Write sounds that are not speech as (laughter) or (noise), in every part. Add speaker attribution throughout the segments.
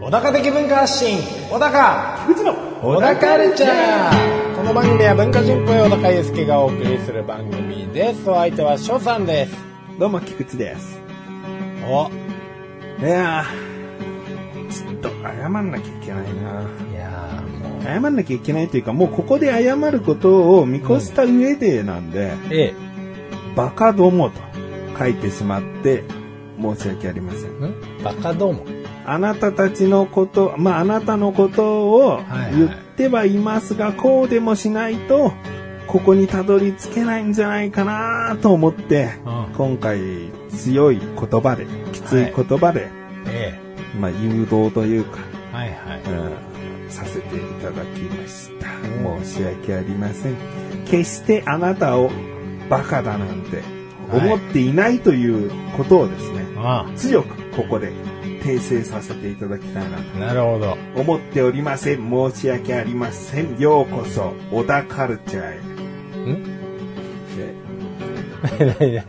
Speaker 1: 小高的文化発信小高
Speaker 2: 口の
Speaker 1: 小高カルチャーこの番組は文化人っぽい小高祐介がお送りする番組ですお相手は翔さんです
Speaker 2: どうも、菊池です。
Speaker 1: お
Speaker 2: いやー、ちょっと謝んなきゃいけないない
Speaker 1: やーもう
Speaker 2: 謝んなきゃいけないというか、もうここで謝ることを見越した上でなんで、
Speaker 1: え
Speaker 2: バカどもと書いてしまって、申し訳ありません。
Speaker 1: えバカどうも
Speaker 2: あなたたちのこと、まあ、あなたのことを
Speaker 1: はいはい
Speaker 2: 言ってはいますが、こうでもしないと、ここにたどり着けないんじゃないかなと思って、
Speaker 1: うん
Speaker 2: 今回、強い言葉で、きつい言葉で、
Speaker 1: ええ
Speaker 2: まあ、誘導というか、
Speaker 1: はいはい
Speaker 2: うんさせていただきました。申し訳ありません。決してあなたをバカだなんて思っていないということをですね、
Speaker 1: あ
Speaker 2: 強くここで訂正させていただきたいな
Speaker 1: あなるほ (laughs) ど
Speaker 2: と思っておりません。申し訳ありません。ようこそ、小田カルチャーへ。
Speaker 1: ん
Speaker 2: え
Speaker 1: 何何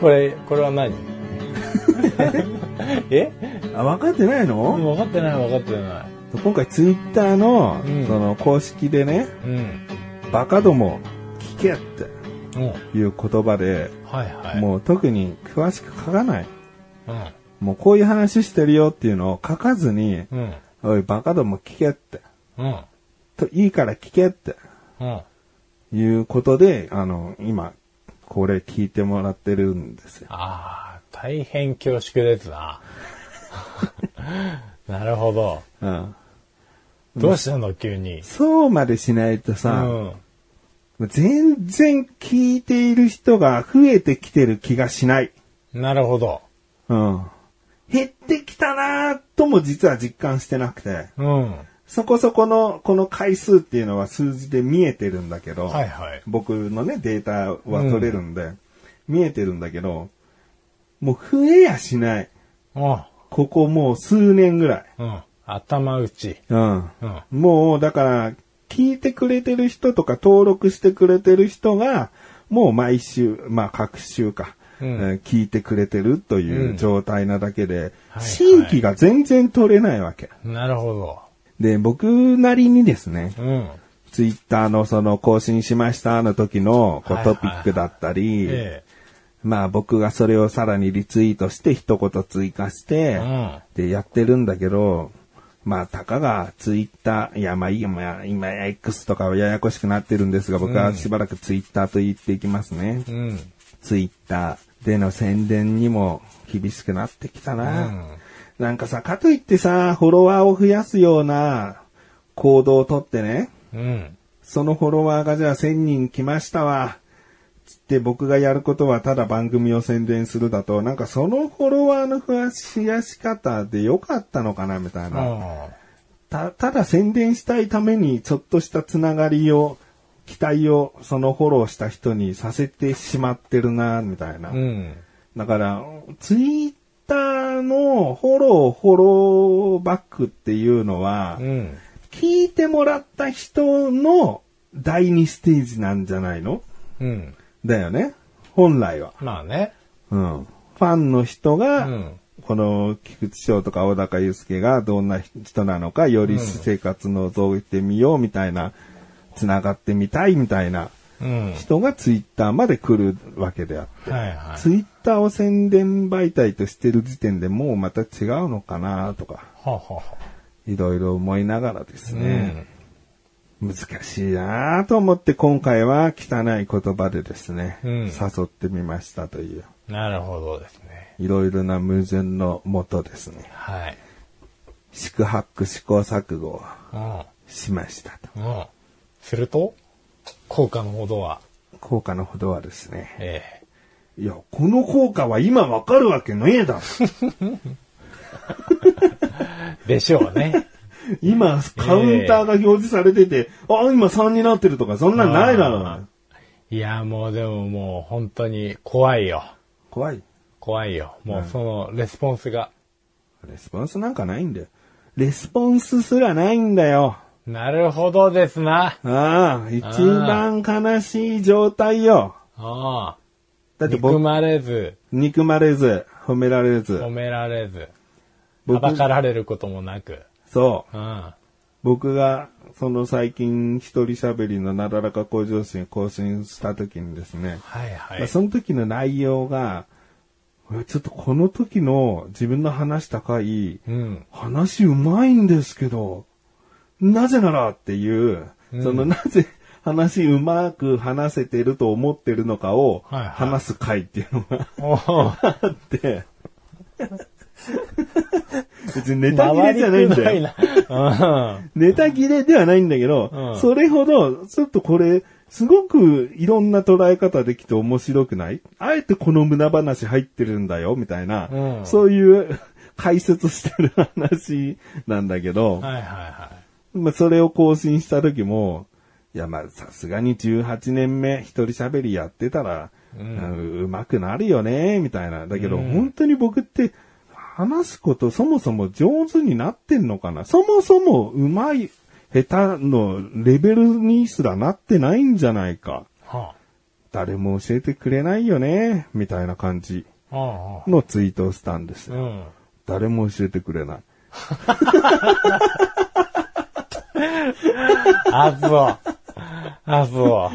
Speaker 1: これこれは何 (laughs) え
Speaker 2: あ、分かってないの、
Speaker 1: 分かってない分かってない
Speaker 2: 今回ツイッターの、
Speaker 1: うん
Speaker 2: その公式でね、
Speaker 1: うん
Speaker 2: バカども聞けって
Speaker 1: お
Speaker 2: いう言葉で、
Speaker 1: はいはい
Speaker 2: もう特に詳しく書かない。
Speaker 1: うん
Speaker 2: もうこういう話してるよっていうのを書かずに、
Speaker 1: うん
Speaker 2: おい、バカども聞けって。
Speaker 1: うん
Speaker 2: と、いいから聞けって。
Speaker 1: うん
Speaker 2: いうことで、あの、今、これ聞いてもらってるんですよ。
Speaker 1: ああ、大変恐縮ですな。 (laughs) なるほど。
Speaker 2: うん。
Speaker 1: どうしたの急に。
Speaker 2: そうまでしないと
Speaker 1: う
Speaker 2: さ、
Speaker 1: ん。
Speaker 2: 全然聞いている人が増えてきてる気がしない。
Speaker 1: なるほど。
Speaker 2: うん。減ってきたなぁとも実は実感してなくて、
Speaker 1: うん。
Speaker 2: そこそこのこの回数っていうのは数字で見えてるんだけど、
Speaker 1: はいはい。
Speaker 2: 僕のね、データは取れるんで、見えてるんだけど、もう増えやしない。
Speaker 1: う
Speaker 2: ここもう数年ぐらい。
Speaker 1: ん。うん。頭打ち。
Speaker 2: うん。
Speaker 1: うん。
Speaker 2: もう、だから、聞いてくれてる人とか登録してくれてる人が、もう毎週、まあ、各週か、
Speaker 1: うん
Speaker 2: えー聞いてくれてるといううん状態なだけで、
Speaker 1: はい
Speaker 2: 新規が全然取れないわけ。
Speaker 1: なるほ
Speaker 2: で、僕なりにですね、
Speaker 1: ど。うん。
Speaker 2: ツイッターのその更新しましたの時のこう
Speaker 1: はいは
Speaker 2: ト
Speaker 1: い
Speaker 2: ピックだったり、
Speaker 1: え
Speaker 2: まあ僕がそれをさらにリツイートして一言追加して、
Speaker 1: え。うん。
Speaker 2: で、やってるんだけど、まあ、たかがツイッター、いや、まあ、今、今、X とかはややこしくなってるんですが、僕はしばらくツイッターと言っていきますね。
Speaker 1: うん。
Speaker 2: ツイッターでの宣伝にも厳しくなってきたな。
Speaker 1: うん
Speaker 2: なんかさ、かといってさ、フォロワーを増やすような行動をとってね、
Speaker 1: うん。
Speaker 2: そのフォロワーがじゃあ1000人来ましたわ。つって僕がやることはただ番組を宣伝するだと、なんかそのフォロワーの増やし方で良かったのかなみたいうな。
Speaker 1: ん。
Speaker 2: た、ただ宣伝したいためにちょっとしたつながりを、期待をそのフォローした人にさせてしまってるな、みたいな。
Speaker 1: うん。
Speaker 2: だから、ツイッターのフォロー、フォローバックっていうのは、
Speaker 1: うん。
Speaker 2: 聞いてもらった人の第二ステージなんじゃないの
Speaker 1: うん。
Speaker 2: だよね。本来は。
Speaker 1: まあね。
Speaker 2: うん。ファンの人
Speaker 1: う
Speaker 2: が、
Speaker 1: ん。
Speaker 2: この菊池翔とか小高祐介がどんな人なのか、より生活のぞいてみようみたいな、つながってみたいみたいな
Speaker 1: うん。
Speaker 2: 人がツイッターまで来るわけであって。
Speaker 1: はいはい。
Speaker 2: ツイッターを宣伝媒体としてる時点でもうまた違うのかなとか、
Speaker 1: はははい
Speaker 2: ろいろ思いながらです
Speaker 1: う
Speaker 2: ね。
Speaker 1: ん。
Speaker 2: 難しいなぁと思って今回は汚い言葉でですね、
Speaker 1: うん
Speaker 2: 誘ってみましたという、
Speaker 1: なるほどですね。
Speaker 2: いろいろな矛盾のもとですね、
Speaker 1: はい。
Speaker 2: 宿泊試行錯誤を
Speaker 1: うん。
Speaker 2: しました
Speaker 1: う
Speaker 2: と。
Speaker 1: ん。すると、効果のほどは、
Speaker 2: 効果のほどはですね、
Speaker 1: ええ
Speaker 2: いや、この効果は今わかるわけねえだ (laughs) ろ
Speaker 1: でしょう (laughs) ね。
Speaker 2: 今、カウンターが表示されてて、あ、今3になってるとか、そんなんないだろ
Speaker 1: あいや、もうでももう本当に怖いよ。
Speaker 2: 怖い。
Speaker 1: 怖いよ。もうそのレスポンスが。
Speaker 2: レスポンスなんかないんだよ。レスポンスすらないんだよ。
Speaker 1: なるほどですな。
Speaker 2: ああ、一番悲しい状態よ。
Speaker 1: ああ。
Speaker 2: だって
Speaker 1: 憎
Speaker 2: 僕、
Speaker 1: まれず、
Speaker 2: 憎まれず、褒められず
Speaker 1: 褒、められず、は
Speaker 2: 僕
Speaker 1: ばかられることもなく。
Speaker 2: そう、
Speaker 1: うん。
Speaker 2: 僕が、その最近一人喋りのなだらか向上心を更新した時にですね、
Speaker 1: はいは
Speaker 2: まあ
Speaker 1: い。
Speaker 2: その時の内容が、うわちょっとこの時の自分の話した回、
Speaker 1: うん。
Speaker 2: 話うまいんですけど、なぜならっていう、そのなぜ話うまく話せてると思ってるのかを
Speaker 1: はいはい
Speaker 2: 話す回っていうのが
Speaker 1: おお。
Speaker 2: あって、別にネタ切れじゃないんだよ。
Speaker 1: よ。うん。
Speaker 2: ネタ切れではないんだけど、
Speaker 1: うん
Speaker 2: それほど、ちょっとこれ、すごくいろんな捉え方できて面白くないあえてこの胸話入ってるんだよ、みたいな、
Speaker 1: うん
Speaker 2: そういう解説してる話なんだけど、
Speaker 1: はいはいはい。
Speaker 2: まあ、それを更新した時も、いや、まあ、さすがに18年目、一人喋りやってたら、うまくなるよね、みたいな。だけど、本当に僕って、話すことそもそも上手になってんのかなそもそもうまい、下手のレベルにすらなってないんじゃないか。
Speaker 1: は
Speaker 2: 誰も教えてくれないよね、みたいな感じ
Speaker 1: あ。は
Speaker 2: のツイートをしたんです
Speaker 1: あ。う。
Speaker 2: (laughs)
Speaker 1: ん。
Speaker 2: 誰も教えてくれない。
Speaker 1: あ、そう。あ、そ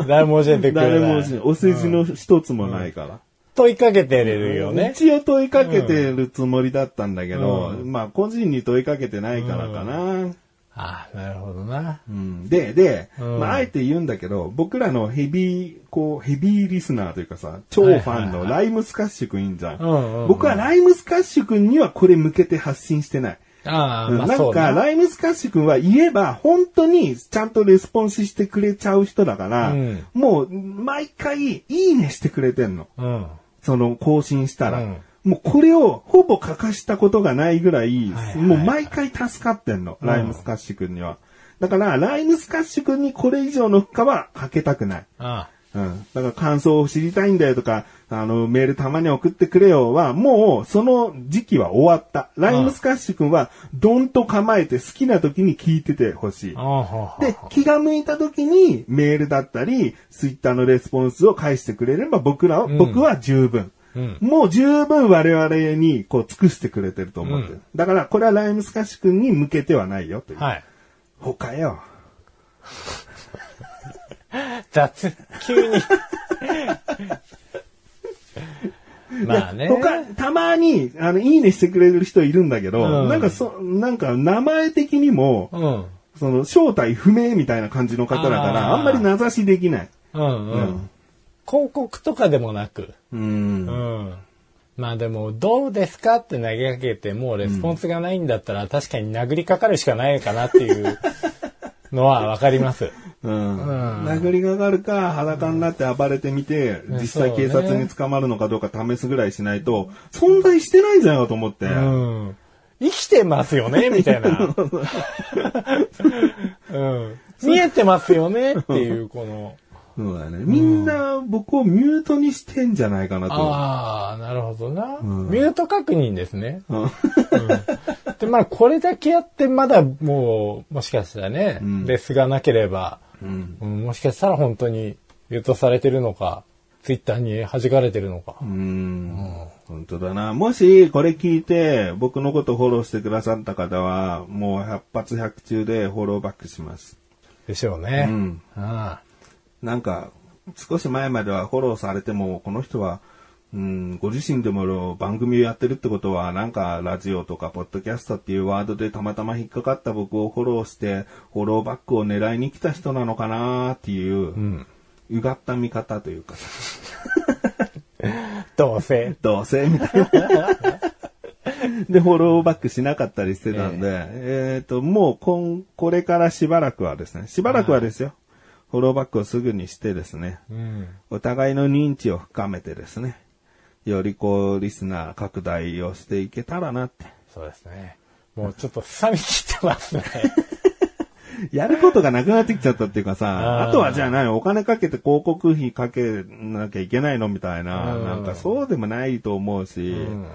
Speaker 1: う。誰も教えてくれない。
Speaker 2: 誰も教えお世辞の一つもないから。
Speaker 1: 問いかけてれるよね。
Speaker 2: 一応問いかけてるつもりだったんだけど、まあ個人に問いかけてないからかな。うん
Speaker 1: ああ、なるほどな。
Speaker 2: で、で、
Speaker 1: うん
Speaker 2: まああえて言うんだけど、僕らのヘビー、こう、ヘビーリスナーというかさ、超フ
Speaker 1: はいはいはい
Speaker 2: ァンのライムスカッシュくんいんじゃん。
Speaker 1: うんうんうん
Speaker 2: 僕はライムスカッシュくんにはこれ向けて発信してない。
Speaker 1: ああ、まあ
Speaker 2: な
Speaker 1: そ
Speaker 2: ん
Speaker 1: うだ
Speaker 2: か、
Speaker 1: な。
Speaker 2: ライムスカッシュ君は言えば、本当にちゃんとレスポンスしてくれちゃう人だから、
Speaker 1: うん
Speaker 2: もう、毎回、いいねしてくれてんの。
Speaker 1: うん。
Speaker 2: その更新したら、
Speaker 1: うん
Speaker 2: もうこれをほぼ欠かしたことがないぐらい、
Speaker 1: はいはい
Speaker 2: もう毎回助かってんの、
Speaker 1: うん
Speaker 2: ライムスカッシュ君には。だから、ライムスカッシュ君にこれ以上の負荷はかけたくない。
Speaker 1: あ
Speaker 2: うん。だから感想を知りたいんだよとか、あの、メールたまに送ってくれよは、もう、その時期は終わった。ライムスカッシュ君は、どんと構えて好きな時に聞いててほしい
Speaker 1: あ。。ああ。
Speaker 2: で、気が向いた時にメールだったり、ツイッターのレスポンスを返してくれれば僕らは、
Speaker 1: うん
Speaker 2: 僕は十分。
Speaker 1: うん。
Speaker 2: もう十分我々にこう尽くしてくれてると思ってる。
Speaker 1: うん
Speaker 2: だからこれはライムスカッシュ君に向けてはないよという。
Speaker 1: はい。
Speaker 2: 他よ。
Speaker 1: 雑、急
Speaker 2: (laughs)
Speaker 1: に。まあね。
Speaker 2: 他、たまに、あの、いいねしてくれる人いるんだけど、
Speaker 1: うん
Speaker 2: なんかそ、なんか名前的にも、
Speaker 1: うん。
Speaker 2: その正体不明みたいな感じの方だか
Speaker 1: あ
Speaker 2: ら、
Speaker 1: ー
Speaker 2: あんまり名指しできない。
Speaker 1: うんう。
Speaker 2: うん
Speaker 1: 広告とかでもなく。
Speaker 2: うん
Speaker 1: う。ん。まあでも、どうですかって投げかけて、もうレスポンスがないんだったら、確かに殴りかかるしかないかなっていうのはわかります。
Speaker 2: うん
Speaker 1: ん
Speaker 2: 殴りかかるか、裸になって暴れてみて、
Speaker 1: ん
Speaker 2: 実際
Speaker 1: そうね
Speaker 2: 警察に捕まるのかどうか試すぐらいしないと、存在してないんじゃないかと思って。
Speaker 1: うん。生きてますよねみたいな。うん。見えてますよねっていう、この。
Speaker 2: そうだね。みんな僕をミュートにしてんじゃないかな
Speaker 1: (laughs)
Speaker 2: と。
Speaker 1: ああ、なるほどな。ミュート確認ですね。
Speaker 2: うん
Speaker 1: で、まあ、これだけやって、まだもう、もしかしたらね、
Speaker 2: ん
Speaker 1: レスがなければ、
Speaker 2: うん
Speaker 1: うんもしかしたら本当に、ミュートされてるのか、ツイッターに弾かれてるのか。
Speaker 2: うーん本当だな。もし、これ聞いて、僕のことフォローしてくださった方は、もう百発百中でフォローバックします。
Speaker 1: でしょう
Speaker 2: う
Speaker 1: ね。
Speaker 2: ん。
Speaker 1: あ、
Speaker 2: なんか、少し前まではフォローされても、この人は、うん、ご自身でも番組をやってるってことは、なんか、ラジオとか、ポッドキャストっていうワードでたまたま引っかかった僕をフォローして、フォローバックを狙いに来た人なのかなっていう、うんがった見方というかさ、
Speaker 1: あどうせ。
Speaker 2: どうせみたいな。 (laughs) で、フォローバックしなかったりしてたんで、えっ、と、もうこん、これからしばらくはですね、しばらくはですよ、フォローバックをすぐにしてですね、
Speaker 1: うん。
Speaker 2: お互いの認知を深めてですね、よりこう、リスナー拡大をしていけたらなって。
Speaker 1: そうですね。もうちょっと、さみ切ってますね。
Speaker 2: やることがなくなってきちゃったっていうかさ、
Speaker 1: あ
Speaker 2: あ
Speaker 1: ー
Speaker 2: とはじゃあ何、お金かけて広告費かけなきゃいけないのみたいな、
Speaker 1: うん
Speaker 2: なんかそうでもないと思うし、
Speaker 1: うん。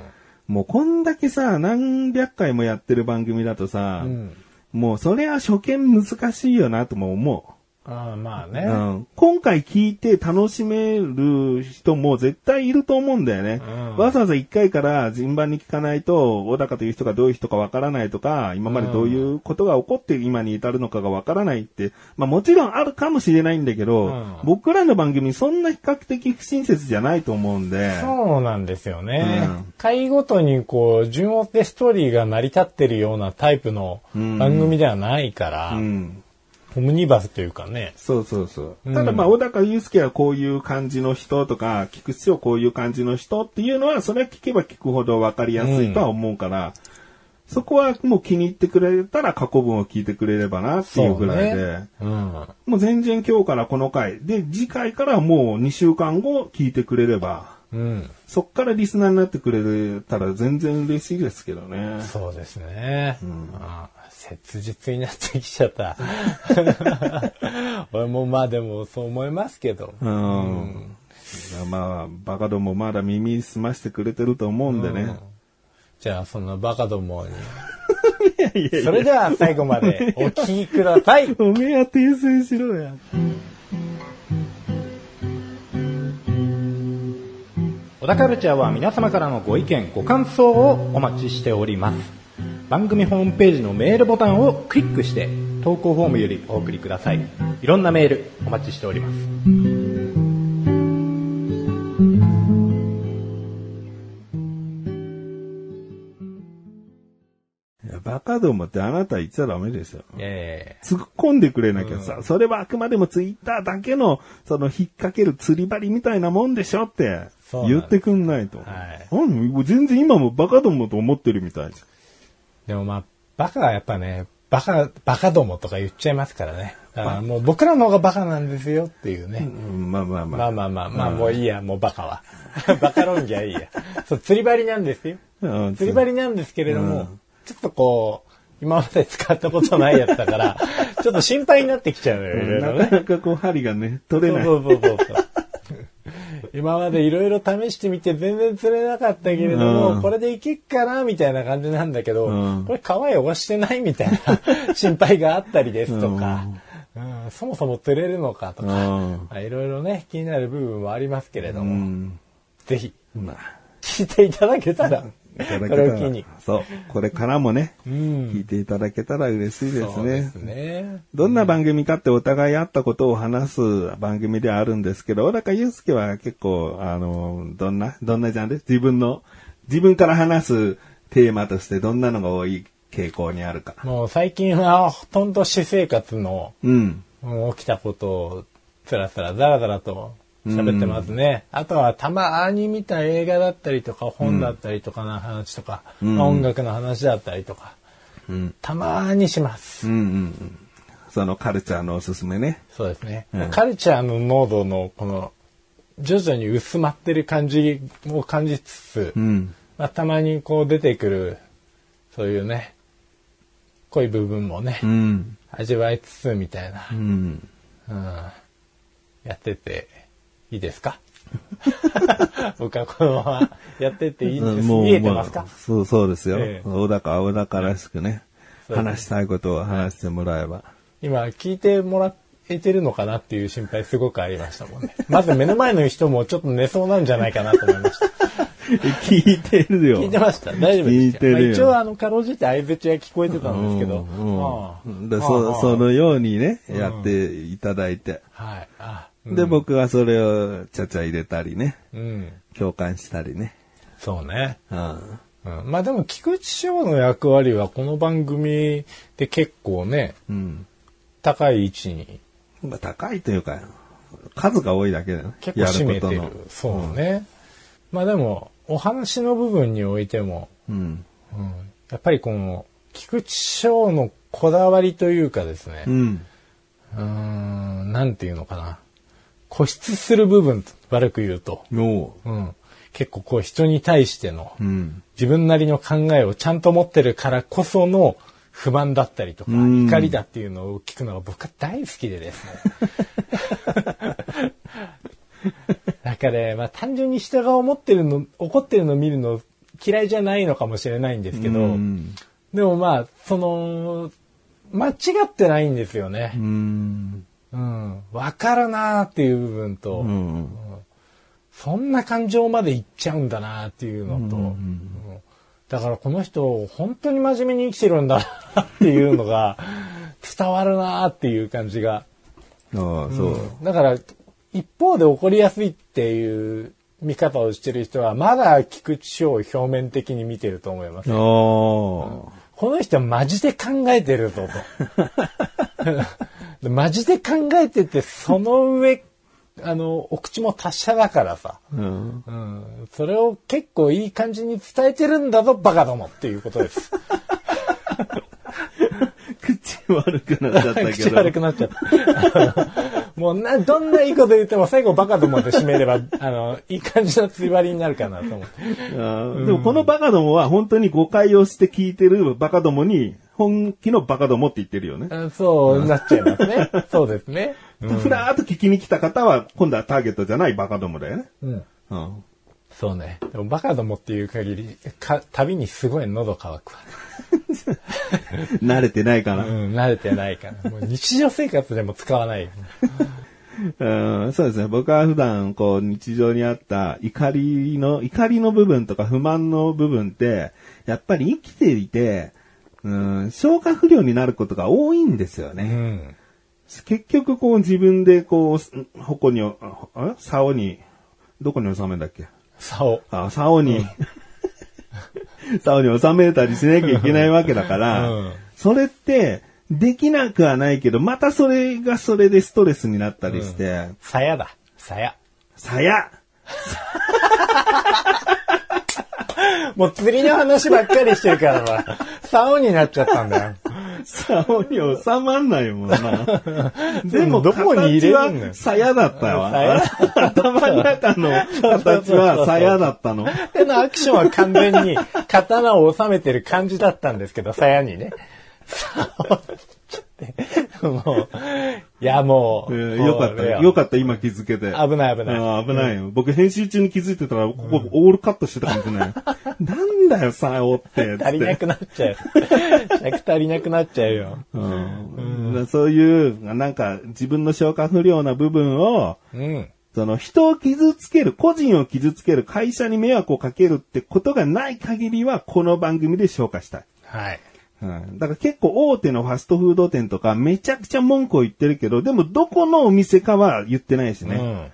Speaker 2: もうこんだけさ、何百回もやってる番組だとさ、
Speaker 1: うん
Speaker 2: もうそれは初見難しいよなとも思
Speaker 1: ああ、まあ
Speaker 2: う。
Speaker 1: ね。
Speaker 2: うん、今回聞いて楽しめる人も絶対いると思うんだよね。
Speaker 1: うん
Speaker 2: わざわざ1回から順番に聞かないと、小高という人がどういう人かわからないとか、今までどういうことが起こって今に至るのかがわからないって、まあもちろんあるかもしれないんだけど、
Speaker 1: うん
Speaker 2: 僕らの番組そんな比較的不親切じゃないと思うんで。
Speaker 1: そうなんですよね。
Speaker 2: うん
Speaker 1: 回ごとにこう、順を追ってストーリーが成り立ってるようなタイプの
Speaker 2: うん
Speaker 1: 番組ではないから、
Speaker 2: うん。
Speaker 1: オムニバスというかね。
Speaker 2: そうそうそうう。
Speaker 1: ん
Speaker 2: ただまあ、小高祐介はこういう感じの人とか、菊池をこういう感じの人っていうのは、それは聞けば聞くほど分かりやすいとは思うから、そこはもう気に入ってくれたら過去文を聞いてくれればなっていうぐらいで、
Speaker 1: そうね。うん。
Speaker 2: もう全然今日からこの回、で、次回からもう2週間後聞いてくれれば、
Speaker 1: うん。
Speaker 2: そっからリスナーになってくれたら全然嬉しいですけどね。
Speaker 1: そうですね。ああ切実になってきちゃった。 (laughs) 俺もまあでもそう思いますけど。
Speaker 2: うん。まあ、バカどもまだ耳澄ましてくれてると思うんでね。
Speaker 1: じゃあそんなバカどもに。
Speaker 2: いやいやいや
Speaker 1: それでは最後までお聞きください。
Speaker 2: おめえは訂正しろや。
Speaker 1: 小田カルチャーは皆様からのご意見、ご感想をお待ちしております。番組ホームページのメールボタンをクリックして投稿フォームよりお送りください。いろんなメールお待ちしております。
Speaker 2: バカどもってあなた言っちゃダメですよ。
Speaker 1: え
Speaker 2: 突っ込んでくれなきゃさ、それはあくまでもツイッターだけの、その引っ掛ける釣り針みたいなもんでしょって
Speaker 1: そうなん
Speaker 2: 言ってくんないと。
Speaker 1: はい
Speaker 2: うん全然今もバカどもと思ってるみたいじ
Speaker 1: えでもまあ、バカはやっぱね、バカ、バカどもとか言っちゃいますからね。だからもう僕らの方がバカなんですよっていうね。
Speaker 2: ゃん。うんまあまあまあ。
Speaker 1: まあまあまあまあ、もういいや、もうバカは。 (laughs) バカ論議はいいや。そう、釣り針なんですよ。
Speaker 2: うん
Speaker 1: 釣り針なんですけれども、
Speaker 2: うん
Speaker 1: ちょっとこう、今まで使ったことないやつだ (laughs) から、ちょっと心配になってきちゃうのよ、いろいろ
Speaker 2: な
Speaker 1: ね。
Speaker 2: かなかこう針がね、取れない。
Speaker 1: そうそうそうそう。今までいろいろ試してみて全然釣れなかったけれども、
Speaker 2: うん
Speaker 1: これでいけっかなみたいな感じなんだけど、
Speaker 2: うん
Speaker 1: これ皮汚してないみたいな心配があったりですとか、うんそもそも釣れるのかとか、
Speaker 2: うん
Speaker 1: まあいろいろね、気になる部分もありますけれど
Speaker 2: う
Speaker 1: も、
Speaker 2: ん。
Speaker 1: ぜひ
Speaker 2: まあ。
Speaker 1: 聞いていただけたら、
Speaker 2: いただ
Speaker 1: こ
Speaker 2: けた
Speaker 1: れを機
Speaker 2: ら
Speaker 1: に。、
Speaker 2: そう。これからもね、
Speaker 1: うん
Speaker 2: 聞いていただけたら嬉しいです
Speaker 1: そう
Speaker 2: ね。
Speaker 1: ですね。
Speaker 2: どんな番組かってお互いあったことを話す番組ではあるんですけど、小高祐介は結構、あの、どんな、どんなジャンル自分の、自分から話すテーマとしてどんなのが多い傾向にあるか。
Speaker 1: もう最近はほとんど私生活の
Speaker 2: うん。
Speaker 1: もう起きたことをつらつらザラザラと喋ってますね。あとはたまに見た映画だったりとか本だったりとかの話とか、
Speaker 2: うん
Speaker 1: まあ音楽の話だったりとか、
Speaker 2: うん。
Speaker 1: たまにしま
Speaker 2: う
Speaker 1: す。
Speaker 2: んうんうん。そのカルチャーのおすすめね。
Speaker 1: そうですね。
Speaker 2: うん
Speaker 1: カルチャーの濃度のこの徐々に薄まってる感じを感じつつ、
Speaker 2: うん。
Speaker 1: まあ、たまにこう出てくるそういうね、濃い部分もね、
Speaker 2: うん。
Speaker 1: 味わいつつみたいな
Speaker 2: う、ん。
Speaker 1: うんやってていいですか (laughs) 僕はこのままやってていいんです。
Speaker 2: もう
Speaker 1: 見えてますか
Speaker 2: もうそう、そうですよ。
Speaker 1: ええ
Speaker 2: 小高は小高らしくね、
Speaker 1: そうです
Speaker 2: 話したいことを話してもらえば。
Speaker 1: 今聞いてもらえてるのかなっていう心配すごくありましたもんね。まず目の前の人もちょっと寝そうなんじゃないかなと思いました。
Speaker 2: 聞いてるよ。
Speaker 1: (laughs) 聞いてました。大丈夫で
Speaker 2: 聞
Speaker 1: し
Speaker 2: い
Speaker 1: た。
Speaker 2: てるよ
Speaker 1: まあ一応あの、かろうじて相槌は聞こえてたんですけど。
Speaker 2: うんうん
Speaker 1: あ
Speaker 2: で
Speaker 1: あ
Speaker 2: そ
Speaker 1: ああ
Speaker 2: そのようにね、やっていただいて。
Speaker 1: はい。あ、うん
Speaker 2: で、僕はそれをちゃちゃ入れたりね、
Speaker 1: うん。
Speaker 2: 共感したりね。
Speaker 1: そうね。
Speaker 2: うん
Speaker 1: うん、まあでも、菊池翔の役割はこの番組で結構ね、
Speaker 2: うん。
Speaker 1: 高い位置に
Speaker 2: まあ、高いというか、数が多いだけだよね。
Speaker 1: 結構占めてる
Speaker 2: やことの
Speaker 1: そうね、まあでもお話の部分においても、
Speaker 2: うん。
Speaker 1: うんやっぱりこの菊池翔のこだわりというかですね
Speaker 2: う、ん。
Speaker 1: うーん、なんていうのかな固執する部分悪く言うと、
Speaker 2: も
Speaker 1: うん、結構こう人に対しての
Speaker 2: う。うん。
Speaker 1: 自分なりの考えをちゃんと持ってるからこその不満だったりとか、
Speaker 2: うん
Speaker 1: 怒りだっていうのを聞くのが僕は大好きでですね。だからね、まあ単純に人が思ってるの、怒ってるのを見るの嫌いじゃないのかもしれないんですけど、
Speaker 2: うん
Speaker 1: でもまあ、その、間違ってないんですよね
Speaker 2: う。ん。
Speaker 1: うん。わかるなーっていう部分と、
Speaker 2: うん。
Speaker 1: そんな感情までいっちゃうんだなっていうのと、うんだからこの人、本当に真面目に生きてるんだなっていうの (laughs) が、伝わるなっていう感じが。
Speaker 2: ああ、そう。
Speaker 1: だから、一方で怒りやすいっていう見方をしてる人は、まだ菊池翔を表面的に見てると思います。
Speaker 2: ああ。
Speaker 1: この人はマジで考えてるぞ (laughs) と。マジで考えてて、その上、あの、お口も達者だからさ。
Speaker 2: うん。 (laughs)
Speaker 1: うんそれを結構いい感じに伝えてるんだぞ、バカどもっていうことです。
Speaker 2: 口悪くなっちゃ (laughs) ったけ
Speaker 1: 口
Speaker 2: ど。
Speaker 1: 悪くなっちゃった。 (laughs) もうな、どんないいこと言っても最後バカどもで締めれば、あの、いい感じのついわりになるかなと思って。
Speaker 2: ああでもこのバカどもは本当に誤解をして聞いてるバカどもに、本気のバカどもって言ってるよね。
Speaker 1: あそうなっちゃいますね。そうですね。
Speaker 2: ふらーっと聞きに来た方は、今度はターゲットじゃないバカどもだよね。
Speaker 1: うん。
Speaker 2: うん。 (laughs)
Speaker 1: そうね。でもバカどもっていう限り、か、旅にすごい喉乾くわ。
Speaker 2: 慣れてないか
Speaker 1: う
Speaker 2: な。
Speaker 1: ん、慣れてないから。もう日常生活でも使わない。
Speaker 2: うん、そうですね。僕は普段、こう、日常にあった怒りの、怒りの部分とか不満の部分って、やっぱり生きていて、うん、消化不良になることが多いんですよ
Speaker 1: う
Speaker 2: ね。
Speaker 1: ん。
Speaker 2: 結局、こう、自分で、こう、矛に、あ、あ竿に、どこに収めんだっけ
Speaker 1: 竿。
Speaker 2: あ、竿に、 (laughs) 竿に収めたりしなきゃいけないわけだから、
Speaker 1: うん
Speaker 2: それって、できなくはないけど、またそれがそれでストレスになったりして、
Speaker 1: 鞘だ。鞘。
Speaker 2: 鞘
Speaker 1: もう釣りの話ばっかりしてるからな、竿になっちゃったんだよ。
Speaker 2: 竿に収まんな
Speaker 1: (laughs)
Speaker 2: いもんな。でも、
Speaker 1: どこに入れるんだよ
Speaker 2: 形は鞘だったわ。
Speaker 1: 鞘
Speaker 2: (laughs) 頭の中の形は鞘だった
Speaker 1: (laughs)
Speaker 2: の。
Speaker 1: 手のアクションは完全に刀を収めてる感じだったんですけど、鞘にね。竿ってもう、いやもう、
Speaker 2: えーよかったよ。よかった、今気づけて。
Speaker 1: 危ない危ない
Speaker 2: あー危ないよ。僕、編集中に気づいてたら、ここ、オールカットしてたかもしれない。 (laughs) なんだよ、さおって。
Speaker 1: 足りなくなっちゃう。尺足りなくなっちゃうよ。
Speaker 2: うんうんそういう、なんか、自分の消化不良な部分を、
Speaker 1: うん。
Speaker 2: その、人を傷つける、個人を傷つける、会社に迷惑をかけるってことがない限りは、この番組で消化したい。
Speaker 1: はい。
Speaker 2: うんだから結構大手のファストフード店とかめちゃくちゃ文句を言ってるけど、でもどこのお店かは言ってないしね。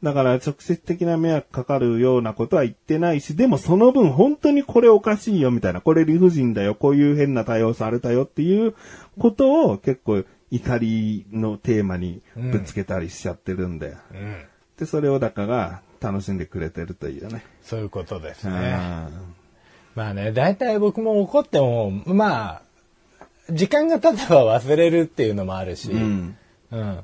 Speaker 2: だから直接的な迷惑かかるようなことは言ってないし、でもその分本当にこれおかしいよみたいな、これ理不尽だよ、こういう変な対応されたよっていうことを結構怒りのテーマにぶつけたりしちゃってるんで。
Speaker 1: うん。うん。
Speaker 2: で、それをだから楽しんでくれてるというね。
Speaker 1: そういうことですね。
Speaker 2: あ
Speaker 1: まあね、大体僕も怒っても、まあ、時間が経てば忘れるっていうのもあるし、
Speaker 2: ーうん。
Speaker 1: うん。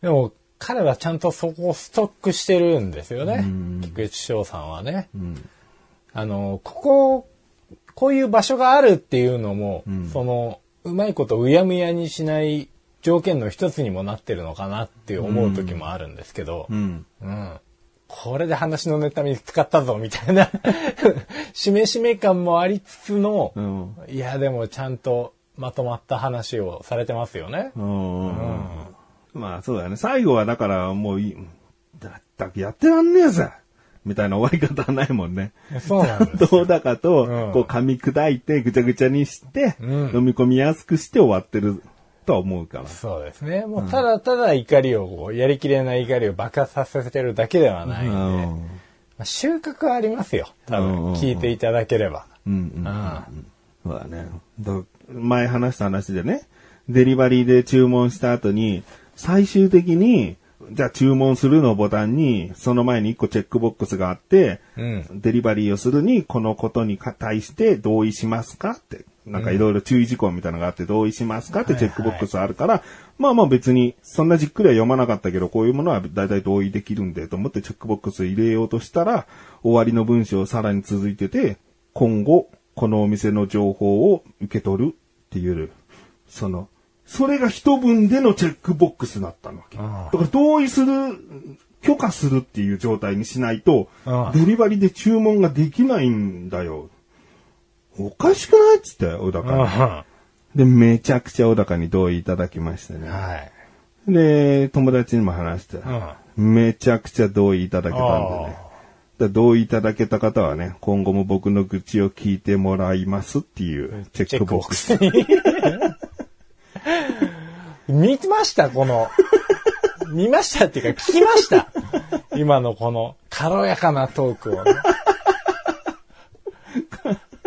Speaker 1: でも、彼はちゃんとそこをストックしてるんですよね。菊池翔さんはね。
Speaker 2: ん
Speaker 1: あの、ここ、こういう場所があるっていうのも、その、うまいことうやむやにしない条件の一つにもなってるのかなって思う時もあるんですけど、
Speaker 2: うん。
Speaker 1: うん。これで話のネタに使ったぞ、みたいな、 (laughs) しめしめ感もありつつの、
Speaker 2: うん。
Speaker 1: いや、でもちゃんとまとまった話をされてますよね。
Speaker 2: まあそうだよね。最後はだからもういい。だったくやってらんねえぜみたいな終わり方はないもんね。
Speaker 1: そうなんです。
Speaker 2: (laughs) どうだかと、
Speaker 1: うん
Speaker 2: こう噛み砕いてぐちゃぐちゃにして、飲み込みやすくして終わってるとは思うから。
Speaker 1: そうですね。もうただただ怒りをこう、やりきれない怒りを爆発させてるだけではないんで、ま
Speaker 2: うん
Speaker 1: あ、収穫はありますよ。多
Speaker 2: うんうん
Speaker 1: 分、
Speaker 2: うん
Speaker 1: 聞いていただければ。
Speaker 2: うんうん
Speaker 1: うん
Speaker 2: そうだね。だ前話した話でね、デリバリーで注文した後に、最終的に、じゃあ注文するのボタンに、その前に1個チェックボックスがあって、
Speaker 1: うん
Speaker 2: デリバリーをするに、このことにか対して同意しますかって、なんかいろいろ注意事項みたいなのがあって、同意しますかってチェックボックスあるから、まあまあ別に、そんなじっくりは読まなかったけど、こういうものは大体同意できるんで、と思ってチェックボックス入れようとしたら、終わりの文章さらに続いてて、今後、このお店の情報を受け取るっていう、その、それが一文でのチェックボックスだったわけ。だ
Speaker 1: ああ
Speaker 2: から同意する、許可するっていう状態にしないと
Speaker 1: ああ、
Speaker 2: デリバリーで注文ができないんだよ。おかしくないっつって、だから。
Speaker 1: うん
Speaker 2: で、めちゃくちゃ小高に同意いただきましてね。
Speaker 1: はい。
Speaker 2: で、友達にも話して、
Speaker 1: うん。
Speaker 2: めちゃくちゃ同意いただけたんでね。だから同意いただけた方はね、今後も僕の愚痴を聞いてもらいますっていうチェックボックス。
Speaker 1: スに。見ましたこの。見ましたっていうか聞きました。今のこの軽やかなトークをね、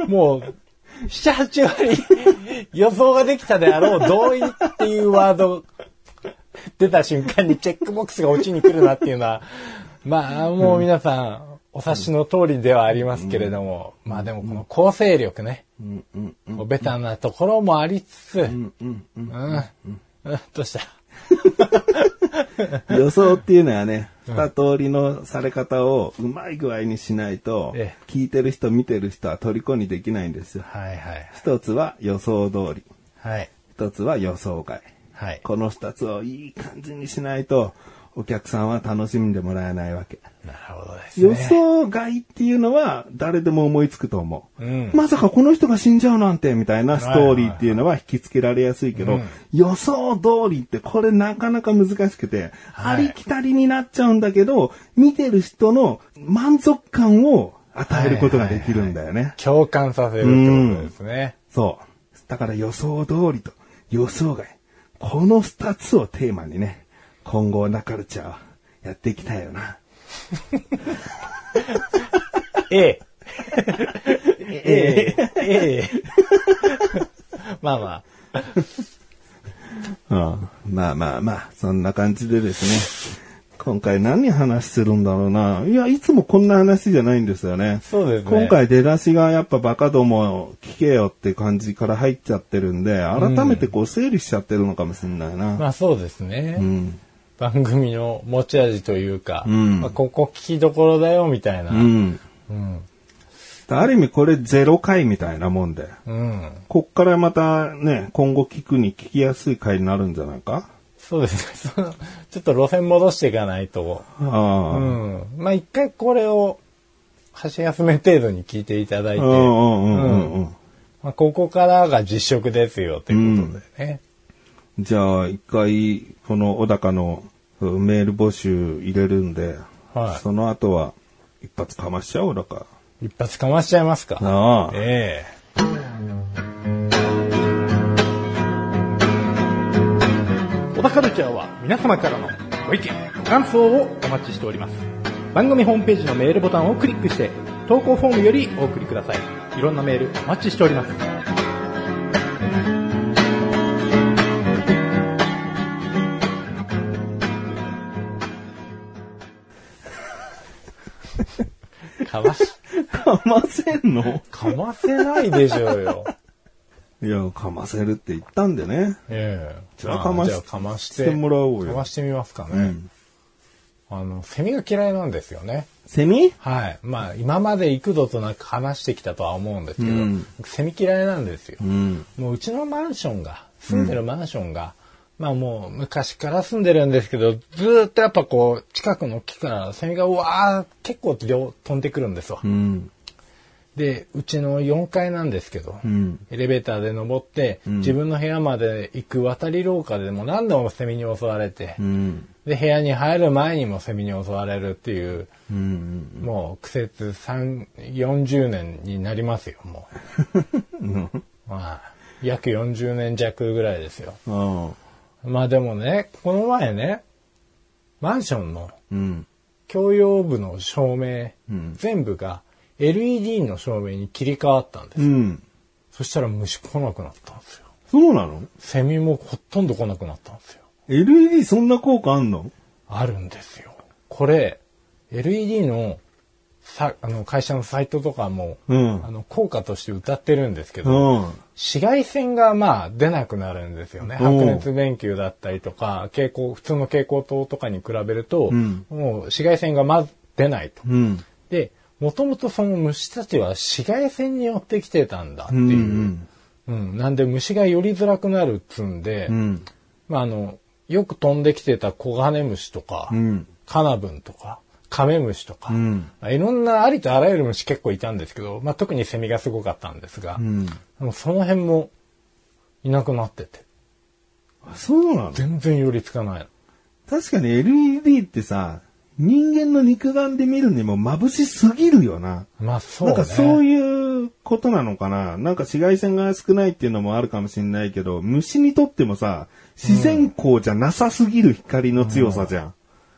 Speaker 1: もう、七八割予想ができたであろう同意っていうワード出た瞬間にチェックボックスが落ちに来るなっていうのは、まあもう皆さんお察しの通りではありますけれども、まあでもこの構成力ね、
Speaker 2: うんうんうん
Speaker 1: ベタなところもありつつ、う、
Speaker 2: うんんうんうん
Speaker 1: うん、どうした
Speaker 2: (laughs) 予想っていうのはね、二通りのされ方をうまい具合にしないと
Speaker 1: え、
Speaker 2: 聞いてる人、見てる人は虜にできないんですよ。
Speaker 1: はいはい。
Speaker 2: 一つは予想通り、
Speaker 1: はい。
Speaker 2: 一つは予想外。
Speaker 1: はい。
Speaker 2: この二つをいい感じにしないと、お客さんは楽しんでもらえないわけ。
Speaker 1: なるほどですね。
Speaker 2: 予想外っていうのは誰でも思いつくと思う。
Speaker 1: うん
Speaker 2: まさかこの人が死んじゃうなんてみたいなストーリーっていうのは引きつけられやすいけど、
Speaker 1: うん
Speaker 2: 予想通りってこれなかなか難しくて、
Speaker 1: はい
Speaker 2: ありきたりになっちゃうんだけど、見てる人の満足感を与えることができるんだよね。
Speaker 1: 共感させるってことですね。
Speaker 2: そう。だから予想通りと予想外。この二つをテーマにね、今後なカルチャーはやっていきたいよな。
Speaker 1: (laughs) ええ。ええ。ええ。まあまあ。
Speaker 2: うんまあまあまあ、そんな感じでですね。今回何話してるんだろうな。いや、いつもこんな話じゃないんですよね。
Speaker 1: そうですね
Speaker 2: 今回出だしがやっぱバカどもを聞けよって感じから入っちゃってるんで、改めてこう整理しちゃってるのかもしれないな。
Speaker 1: まあそうですね。
Speaker 2: うん。
Speaker 1: 番組の持ち味というか、
Speaker 2: うん
Speaker 1: まあ、ここ聞きどころだよみたいな。
Speaker 2: うん。
Speaker 1: うん。
Speaker 2: ある意味これゼロ回みたいなもんで。
Speaker 1: うん。
Speaker 2: こっからまたね、今後聞くに聞きやすい回になるんじゃないか
Speaker 1: そうですね。そ (laughs) のちょっと路線戻していかないと。
Speaker 2: ああ。
Speaker 1: う
Speaker 2: うん
Speaker 1: ん。まあ一回これを、箸休め程度に聞いていただいて、
Speaker 2: うんうんうん。
Speaker 1: まあ、ここからが実食ですよということでね。
Speaker 2: じゃあ、一回、この小高のうんメール募集入れるんで、
Speaker 1: はい
Speaker 2: その後は、一発かましちゃおう、小高。
Speaker 1: 一発かましちゃいますか。
Speaker 2: なあ。
Speaker 1: ええ。小田カルチャーは皆様からのご意見、ご感想をお待ちしております。番組ホームページのメールボタンをクリックして、投稿フォームよりお送りください。いろんなメールお待ちしております。かわし、
Speaker 2: かませんの
Speaker 1: かませないでしょうよ。
Speaker 2: いや、かませるって言ったんでね。
Speaker 1: (laughs) ええ。
Speaker 2: じゃあかまし
Speaker 1: じゃあかまして。
Speaker 2: してもらおうよ
Speaker 1: かましてみますかね。
Speaker 2: うん。
Speaker 1: あの、セミが嫌いなんですよね。
Speaker 2: セミ
Speaker 1: はい。まあ、今まで幾度となく話してきたとは思うんですけど、
Speaker 2: うん
Speaker 1: セミ嫌いなんですよ。
Speaker 2: うん。
Speaker 1: もううちのマンションが、住んでるマンションが、まあもう昔から住んでるんですけど、ずーっとやっぱこう、近くの木からセミがうわー、結構量飛んでくるんですわ。
Speaker 2: うん。
Speaker 1: で、うちの4階なんですけど、
Speaker 2: うん。
Speaker 1: エレベーターで登って、
Speaker 2: ん
Speaker 1: 自分の部屋まで行く渡り廊下でも何度もセミに襲われて、
Speaker 2: うん。
Speaker 1: で、部屋に入る前にもセミに襲われるっていう、
Speaker 2: うん。
Speaker 1: もう苦節3、40年になりますよ、も
Speaker 2: (laughs)
Speaker 1: う。まあ、約40年弱ぐらいですよ。
Speaker 2: うん。
Speaker 1: まあでもね、この前ね、マンションの
Speaker 2: うん。
Speaker 1: 共用部の照明、
Speaker 2: うん
Speaker 1: 全部が LED の照明に切り替わったんです。
Speaker 2: うん。
Speaker 1: そしたら虫来なくなったんですよ。
Speaker 2: そうなの
Speaker 1: セミもほとんど来なくなったんですよ。
Speaker 2: ?LED そんな効果あんの
Speaker 1: あるんですよ。これ、LED のさあの会社のサイトとかも、
Speaker 2: うん
Speaker 1: あの効果として歌ってるんですけど、
Speaker 2: うん。
Speaker 1: 紫外線がまあ出なくなるんですよね。
Speaker 2: おう
Speaker 1: 白熱電球だったりとか、蛍光、普通の蛍光灯とかに比べると、
Speaker 2: うん
Speaker 1: もう紫外線がまず出ないと。
Speaker 2: うん。
Speaker 1: で、もともとその虫たちは紫外線によって来てたんだって
Speaker 2: う
Speaker 1: い
Speaker 2: ん。う
Speaker 1: う。
Speaker 2: ん。
Speaker 1: うん、なんで虫が寄りづらくなるっつんで、
Speaker 2: うん。
Speaker 1: まああの、よく飛んできてたコガネムシとか、
Speaker 2: うん。
Speaker 1: カナブンとか、カメムシとか、
Speaker 2: うん
Speaker 1: いろんなありとあらゆる虫結構いたんですけど、まあ、特にセミがすごかったんですが、
Speaker 2: うん。
Speaker 1: もうその辺もいなくなってて。
Speaker 2: あそうなの
Speaker 1: 全然寄りつかないの。
Speaker 2: 確かに LED ってさ、人間の肉眼で見るにも眩しすぎるよな。
Speaker 1: まあそう
Speaker 2: な
Speaker 1: ね。
Speaker 2: んかそう
Speaker 1: う。
Speaker 2: いうことなのかななんか紫外線が少ないっていうのもあるかもしれないけど、虫にとってもさ、自然光じゃなさすぎる光の強さじゃん。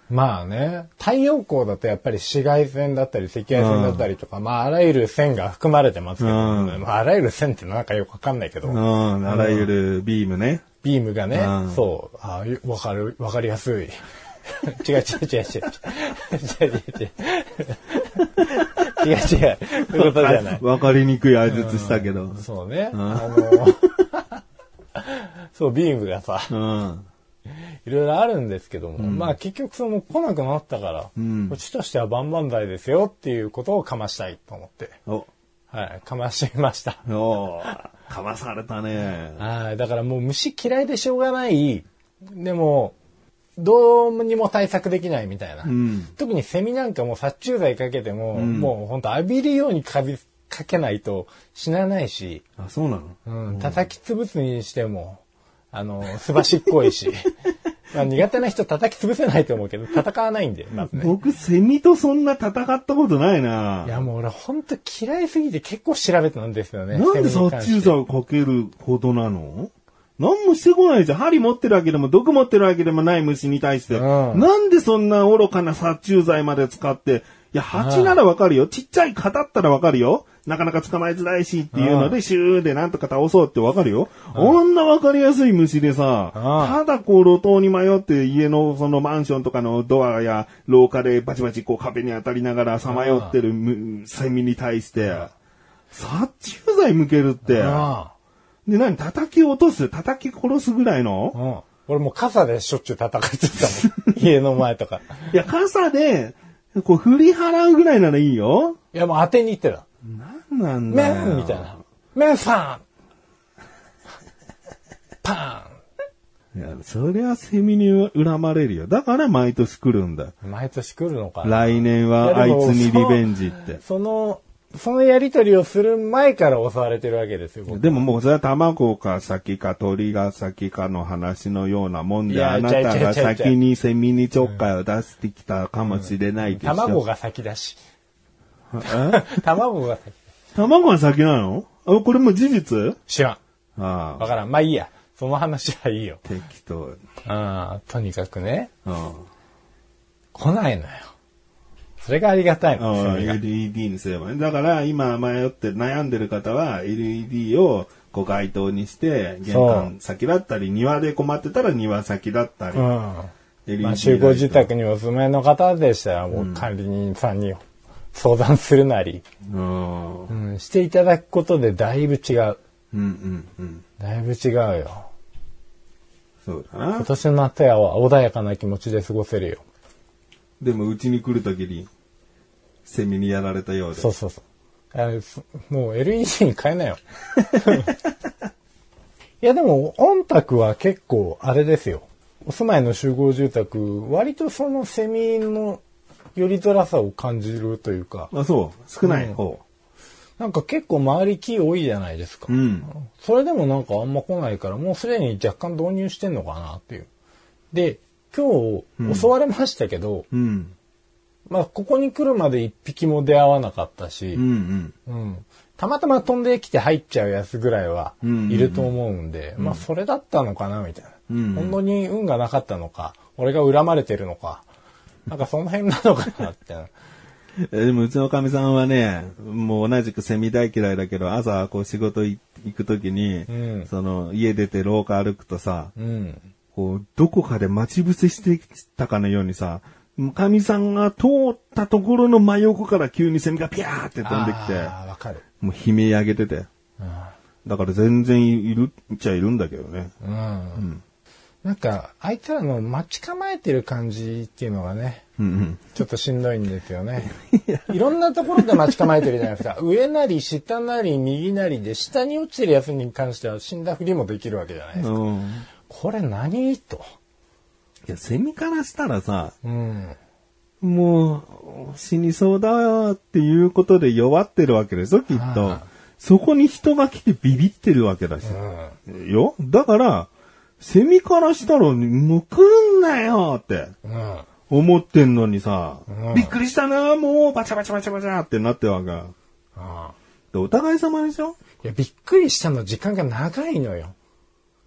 Speaker 1: まあね。太陽光だとやっぱり紫外線だったり赤外線だったりとか、まああらゆる線が含まれてますけど、
Speaker 2: うん
Speaker 1: まああらゆる線ってなんかよくわかんないけど、
Speaker 2: うん、あらゆるビームね。
Speaker 1: ビームがね、
Speaker 2: うん
Speaker 1: そう、ああよわかる、わかりやすい。 (laughs) 違う違う違う違う違う違う違う違う違うそういうことじゃない。
Speaker 2: (laughs) わかりにくい挨拶したけど。
Speaker 1: そうね。あの、 (laughs) そう、ビームがさ、
Speaker 2: うん。
Speaker 1: いろいろあるんですけども、まあ結局その来なくなったから、うちとしては万々歳ですよっていうことをかましたいと思って、
Speaker 2: お、
Speaker 1: はい、かましてみました。
Speaker 2: おーかまされたね。
Speaker 1: はい、だからもう虫嫌いでしょうがない、でも、どうにも対策できないみたいな。
Speaker 2: うん。
Speaker 1: 特にセミなんかもう殺虫剤かけても、もうほんと浴びるようにかびかけないと死なないし、
Speaker 2: あ、そうなの
Speaker 1: うん、叩き潰すにしても、あの、すばしっこい (laughs) し。まあ苦手な人叩き潰せないと思うけど、戦わないんで、まずね。
Speaker 2: 僕、セミとそんな戦ったことない
Speaker 1: い
Speaker 2: な。
Speaker 1: やもう俺ほんと嫌いすぎて結構調べたんですよね。
Speaker 2: なんで
Speaker 1: セミに
Speaker 2: 殺
Speaker 1: 関して
Speaker 2: 虫剤をかけるほどなの何もしてこないじゃん。針持ってるわけでも、毒持ってるわけでもない虫に対して。
Speaker 1: うん
Speaker 2: なんでそんな愚かな殺虫剤まで使って、いや、蜂ならわかるよ。ちっちゃい蚊だったらわかるよ。なかなか捕まえづらいしっていうので、シューでなんとか倒そうってわかるよ。あんなわかりやすい虫でさ、
Speaker 1: う
Speaker 2: ただこう路頭に迷って家のそのマンションとかのドアや廊下でバチバチこう壁に当たりながらさまよってるむセミに対して、殺虫剤向けるって。で、何叩き落とす叩き殺すぐらいの
Speaker 1: うん。うん。俺もう傘でしょっちゅう戦ってたも
Speaker 2: (laughs)
Speaker 1: ん。家の前とか。
Speaker 2: いや、傘で、こう振り払うぐらいならいいよ。
Speaker 1: いやもう当てに行ってた。
Speaker 2: なんなんだ
Speaker 1: メ
Speaker 2: よ。
Speaker 1: ンみたいな。メンさんパ
Speaker 2: いや、それはセミに恨まれるよ。だから毎年来るんだ。
Speaker 1: ーン毎年来るのかな
Speaker 2: 来年はあいつにリベンジって。
Speaker 1: その、そのやりとりをする前から襲われてるわけですよ、僕
Speaker 2: でももうそれは卵か先か鳥が先かの話のようなもん
Speaker 1: い
Speaker 2: で、
Speaker 1: や
Speaker 2: あなた
Speaker 1: 違う違う違う違う
Speaker 2: が先にセミにちょっかいを出してきたかもしれないでしょ。
Speaker 1: 卵が先だし。
Speaker 2: え
Speaker 1: 卵が先。
Speaker 2: 卵が先なのあ、これも事実
Speaker 1: 知らん。
Speaker 2: あ
Speaker 1: わ
Speaker 2: あ、
Speaker 1: からん。まあいいや。その話はいいよ。
Speaker 2: 適当。
Speaker 1: ああ、とにかくね、
Speaker 2: あ
Speaker 1: 来ないのよ。それがありがたい
Speaker 2: あ
Speaker 1: の、セミが。
Speaker 2: LED にすればね。だから今迷って悩んでる方は LED をこう街灯にして、玄関先だったり、庭で困ってたら庭先だったり
Speaker 1: う。ん。
Speaker 2: LED
Speaker 1: まあ、集合住
Speaker 2: ライト
Speaker 1: 宅にお住まいの方でしたら、もう管理人さんに相談するなり、
Speaker 2: うん。うん
Speaker 1: うん、していただくことでだいぶ違う。
Speaker 2: うんうん。
Speaker 1: だいぶ違うよ。
Speaker 2: そうだな
Speaker 1: 今。年の夏やは穏やかな気持ちで過ごせるよ。
Speaker 2: でも、うちに来るときに、セミにやられたようで。
Speaker 1: そうそうそう。あそもう LED に変えな
Speaker 2: (laughs)
Speaker 1: よ。いやでも、御宅は結構あれですよ。お住まいの集合住宅、割とそのセミの寄りづらさを感じるというか、
Speaker 2: あ、そう。少ない方。
Speaker 1: なんか結構周り木多いじゃないですか。
Speaker 2: うん。
Speaker 1: それでもなんかあんま来ないから、もうすでに若干導入してんのかなっていう。で、今日襲われましたけど、
Speaker 2: うん。
Speaker 1: まあここに来るまで一匹も出会わなかったし、
Speaker 2: うんう
Speaker 1: う
Speaker 2: ん。
Speaker 1: んたまたま飛んできて入っちゃうやつぐらいはいると思うんで、まあそれだったのかなみたいな、
Speaker 2: うん
Speaker 1: 本当に運がなかったのか俺が恨まれてるのかなんかその辺なのかな (laughs) ってな
Speaker 2: えでも、うちのかみさんはね、もう同じくセミ大嫌いだけど、朝、こう仕事い行くときに、
Speaker 1: ん
Speaker 2: その、家出て廊下歩くとさ、
Speaker 1: うん
Speaker 2: こう、どこかで待ち伏せしてきたかのようにさ、かみさんが通ったところの真横から急にセミがピャーって飛んできて、
Speaker 1: ああわかる
Speaker 2: もう悲鳴上げてて。だから全然いるっちゃいるんだけどね。
Speaker 1: うん、なんかあいつらの待ち構えてる感じっていうのがね
Speaker 2: うんうん。
Speaker 1: ちょっとしんどいんですよ (laughs) ね。いろんなところで待ち構えてるじゃないですか。上なり下なり右なりで下に落ちてるやつに関しては死んだふりもできるわけじゃないですか。
Speaker 2: うん。
Speaker 1: これ何と。
Speaker 2: いや、セミからしたらさ、
Speaker 1: うん。
Speaker 2: もう、死にそうだっていうことで弱ってるわけでしょ、きっと
Speaker 1: あ。
Speaker 2: そこに人が来てビビってるわけだし。よだから、セミからしたら、もう来んなよって
Speaker 1: うん。
Speaker 2: 思ってんのにさ、
Speaker 1: うん
Speaker 2: びっくりしたなもうバチャバチャバチャバチャってなってるわけ。でお互い様でしょ
Speaker 1: いや、びっくりしたの時間が長いのよ。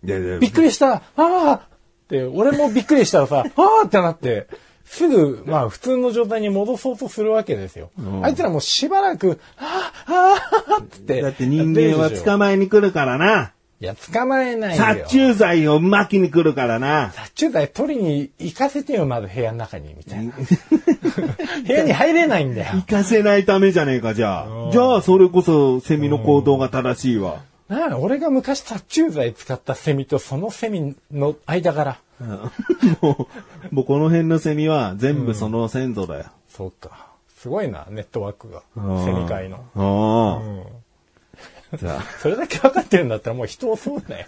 Speaker 2: いやいや
Speaker 1: びっくりしたああって、俺もびっくりしたらさ、 (laughs) ああってなって、すぐ、まあ、普通の状態に戻そうとするわけですよ。
Speaker 2: ん
Speaker 1: あいつらもうしばらく、ああ、ああ、ってって。
Speaker 2: だって人間は捕
Speaker 1: ま
Speaker 2: まえに来るからな。
Speaker 1: いや、捕まえないよ。
Speaker 2: 殺虫剤を巻きに来るからな。
Speaker 1: 殺虫剤取りに行かせてよ、まず部屋の中に、みた
Speaker 2: (laughs)
Speaker 1: いな。部屋に入れないんだよ
Speaker 2: 行。かせないためじゃねえか、じゃ
Speaker 1: う
Speaker 2: あ。
Speaker 1: ん
Speaker 2: じゃあ、それこそ、セミの行動が正しいわ。 (laughs)
Speaker 1: なあ、俺が昔殺虫剤使ったセミとそのセミの間柄。
Speaker 2: うんもう、もうこの辺のセミは全部その先祖だよ。
Speaker 1: そうか。すごいな、ネットワークが。
Speaker 2: うん
Speaker 1: セミ界の。
Speaker 2: ああ。じゃあ、
Speaker 1: それだけ分かってるんだったらもう人をそうだよ。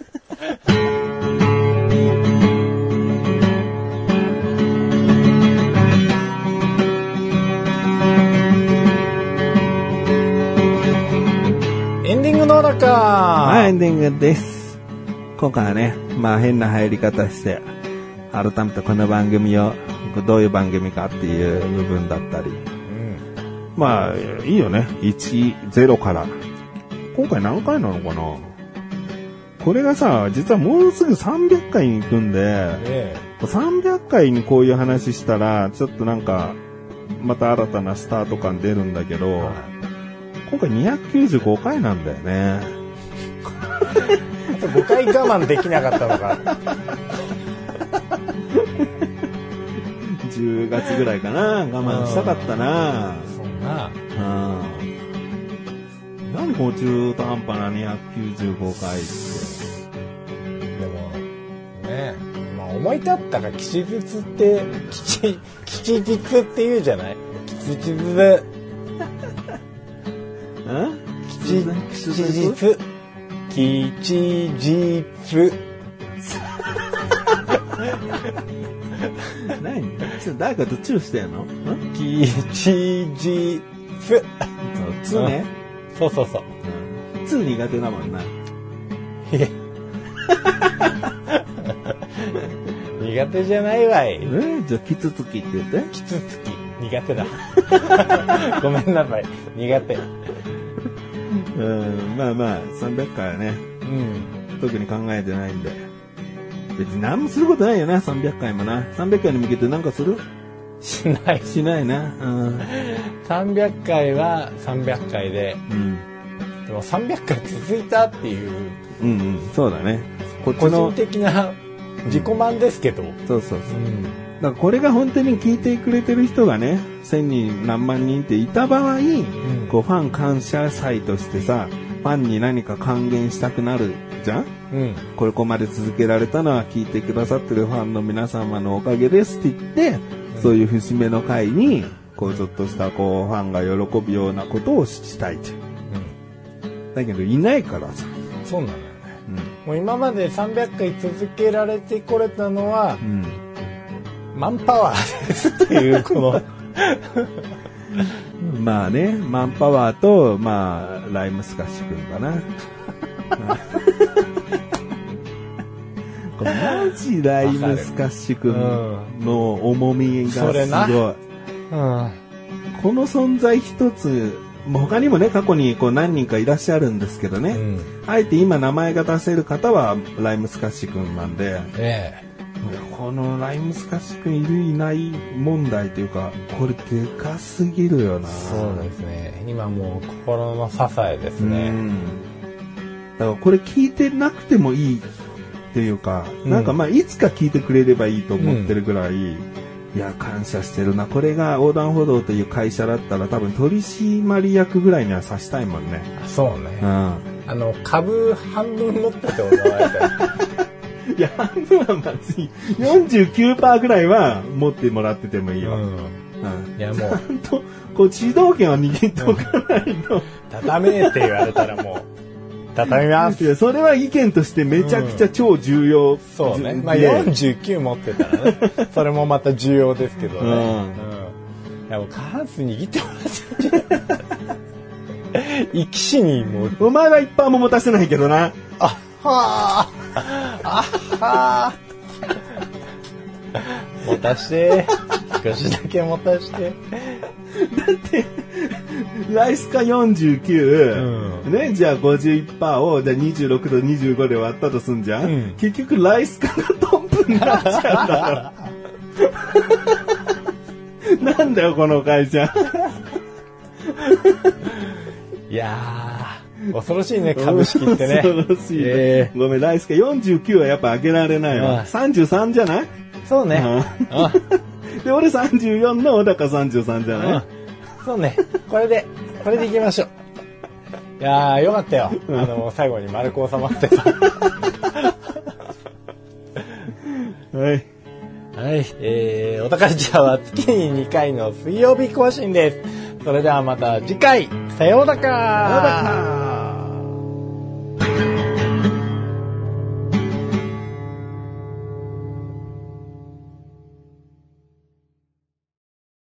Speaker 1: エンディングのおらか
Speaker 2: はい、
Speaker 1: は
Speaker 2: エンディングです。今回はね、まあ変な入り方して、改めてこの番組を、どういう番組かっていう部分だったり。
Speaker 1: うん。
Speaker 2: まあ、いいよね。1、0から。今回何回なのかなこれがさ、実はもうすぐ300回に行くんで、
Speaker 1: え
Speaker 2: 300回にこういう話したら、ちょっとなんか、また新たなスタート感出るんだけど、今回295回なんだよね。
Speaker 1: え。5回我慢できなかったのか。
Speaker 2: 10月ぐらいかな。我慢したかったな。
Speaker 1: そんな。
Speaker 2: うん。何この中途半端な295回って。
Speaker 1: でも、ねえ。まあ思い立ったら吉日って、吉、吉日って言うじゃない吉日で。
Speaker 2: ん
Speaker 1: 吉日。吉日。
Speaker 2: 何ちょっと誰かとチューしてんのん
Speaker 1: 吉日。
Speaker 2: ツーね。
Speaker 1: そうそうそう。
Speaker 2: ツー苦手だもんな。
Speaker 1: いや苦手じゃないわ
Speaker 2: え
Speaker 1: い。
Speaker 2: じゃあ、キツツキって言って。
Speaker 1: キツツキ。苦手だ。 (laughs) ごめんなさい。苦手。
Speaker 2: うん、まあまあ、300回はね、
Speaker 1: うん。
Speaker 2: 特に考えてないんで。別に何もすることないよな、300回もな。300回に向けてなんかする
Speaker 1: しない。
Speaker 2: しないな。うん。
Speaker 1: 300回は300回で、
Speaker 2: うん。
Speaker 1: でも300回続いたっていう、
Speaker 2: うんうん、そうだね。こっち
Speaker 1: 個人
Speaker 2: の、
Speaker 1: 的な自己満ですけど。
Speaker 2: そうそうそう。だからこれが本当に聞いてくれてる人がね、1000人何万人っていた場合、
Speaker 1: ん
Speaker 2: こうファン感謝祭としてさ、ファンに何か還元したくなるじゃん
Speaker 1: うん。
Speaker 2: これここまで続けられたのは聞いてくださってるファンの皆様のおかげですって言って、そういう節目の回に、こうちょっとしたこうファンが喜ぶようなことをしたいじゃん。だけどいないからさ。
Speaker 1: うん。そうなのよね。
Speaker 2: う
Speaker 1: も
Speaker 2: ん。
Speaker 1: う今まで300回続けられてこれたのは
Speaker 2: う、ん。
Speaker 1: マンパワーですっていう、この、
Speaker 2: (laughs) まあね、マンパワーと、まあ、ライムスカッシュくんだな。
Speaker 1: (laughs)
Speaker 2: これマジライムスカッシュくんの重みがすご。
Speaker 1: それないうん。
Speaker 2: この存在一つ、まあ他にもね、過去にこう何人かいらっしゃるんですけどね、
Speaker 1: うん。
Speaker 2: あえて今名前が出せる方はライムスカッシュくんなんで、
Speaker 1: ええ。
Speaker 2: このライムスカッシュくんいるいない問題というか、これでかすぎるよな。
Speaker 1: そうですね。今もう心の支えです
Speaker 2: う
Speaker 1: ね。
Speaker 2: んだからこれ聞いてなくてもいいっていうか、
Speaker 1: うん
Speaker 2: なんかまあいつか聞いてくれればいいと思ってるぐらい、いや、感謝してるな。これが横断歩道という会社だったら多分取締役ぐらいにはさしたいもんね。
Speaker 1: そう
Speaker 2: う
Speaker 1: ね。
Speaker 2: ん。
Speaker 1: あの、株半分持っててもらわれたり
Speaker 2: いや、半分はまずい。49%ぐらいは持ってもらっててもいい
Speaker 1: う
Speaker 2: よ。
Speaker 1: ん。
Speaker 2: うん。
Speaker 1: いやもう、
Speaker 2: ほんと、こう主導権を握っておかないと。
Speaker 1: 畳めって言われたらもう、畳みます。
Speaker 2: いやそれは意見としてめちゃくちゃ超重要。
Speaker 1: そうね。まあ
Speaker 2: で
Speaker 1: 49持ってたらね。それもまた重要ですけどね。
Speaker 2: う
Speaker 1: うんん。いやもう過半数握ってもらっちゃう (laughs) 生き死にもう、
Speaker 2: お前は一般も持たせないけどな。
Speaker 1: あはあ、あはあ。持たして、少しだけ持たして。
Speaker 2: ライスカ49、
Speaker 1: う
Speaker 2: ね、じゃあ51%を、じゃあ26と25で割ったとすんじゃん、
Speaker 1: うん
Speaker 2: 結局ライスカがトンプになっちゃうんだから。 (laughs) なんだよ、この会社。
Speaker 1: いやー、恐ろしいね、株式ってね。
Speaker 2: 恐ろしいね
Speaker 1: え
Speaker 2: ごめん、ライスカ49はやっぱ上げられない
Speaker 1: うん
Speaker 2: わ。33じゃない
Speaker 1: ーそうね。あ
Speaker 2: で、俺34の小高33じゃない、
Speaker 1: そうね。これで、これでいきましょう。いやー、よかったよ。あの、最後に丸く収まってさ。
Speaker 2: はい。
Speaker 1: はい。えー、お高いちゃんは月に2回の水曜日更新です。それではまた次回、さようだか
Speaker 2: 小高